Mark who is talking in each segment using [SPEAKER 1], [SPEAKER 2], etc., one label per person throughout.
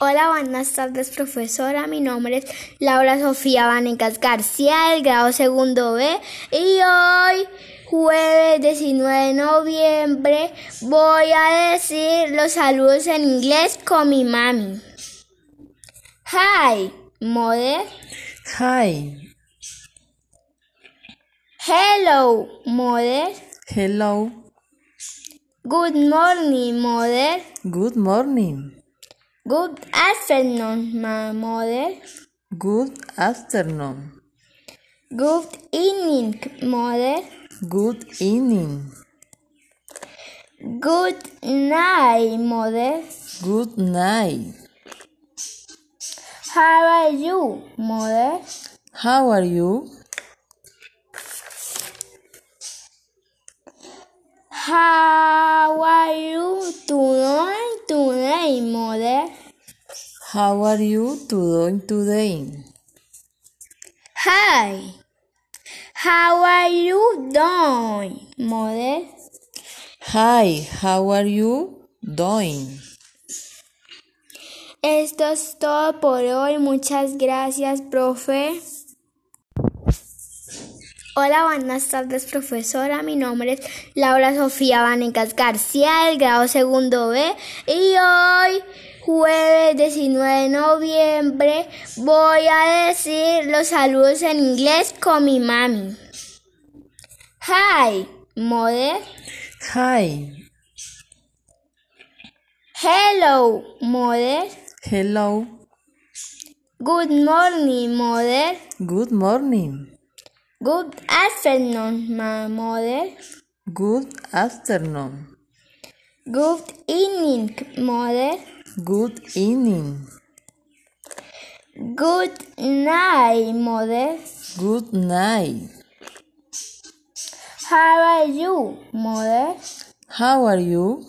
[SPEAKER 1] Hola, buenas tardes, profesora. Mi nombre es Laura Sofía Vanegas García, del grado segundo B. Y hoy, jueves 19 de noviembre, voy a decir los saludos en inglés con mi mami. Hi, mother.
[SPEAKER 2] Hi.
[SPEAKER 1] Hello, mother.
[SPEAKER 2] Hello.
[SPEAKER 1] Good morning, mother.
[SPEAKER 2] Good morning.
[SPEAKER 1] Good afternoon, my mother.
[SPEAKER 2] Good afternoon.
[SPEAKER 1] Good evening, mother.
[SPEAKER 2] Good evening.
[SPEAKER 1] Good night, mother.
[SPEAKER 2] Good night.
[SPEAKER 1] How are you, mother?
[SPEAKER 2] How are you?
[SPEAKER 1] How are you doing today, mother?
[SPEAKER 2] How are you doing today?
[SPEAKER 1] Hi. How are you doing, mother?
[SPEAKER 2] Hi. How are you doing?
[SPEAKER 1] Esto es todo por hoy. Muchas gracias, profe. Hola, buenas tardes, profesora. Mi nombre es Laura Sofía Vanegas García, del grado segundo B. Y hoy, jueves 19 de noviembre, voy a decir los saludos en inglés con mi mami. Hi, mother.
[SPEAKER 2] Hi.
[SPEAKER 1] Hello, mother.
[SPEAKER 2] Hello.
[SPEAKER 1] Good morning, mother.
[SPEAKER 2] Good morning.
[SPEAKER 1] Good afternoon, my mother.
[SPEAKER 2] Good afternoon.
[SPEAKER 1] Good evening, mother.
[SPEAKER 2] Good evening.
[SPEAKER 1] Good night, mother.
[SPEAKER 2] Good night.
[SPEAKER 1] How are you, mother?
[SPEAKER 2] How are you?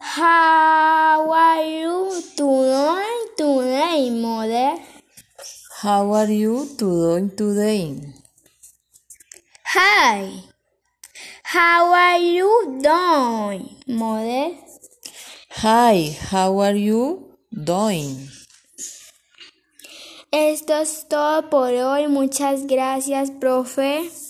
[SPEAKER 1] How are you doing today, mother?
[SPEAKER 2] How are you doing today?
[SPEAKER 1] Hi. How are you doing, mother?
[SPEAKER 2] Hi. How are you doing?
[SPEAKER 1] Esto es todo por hoy. Muchas gracias, profe.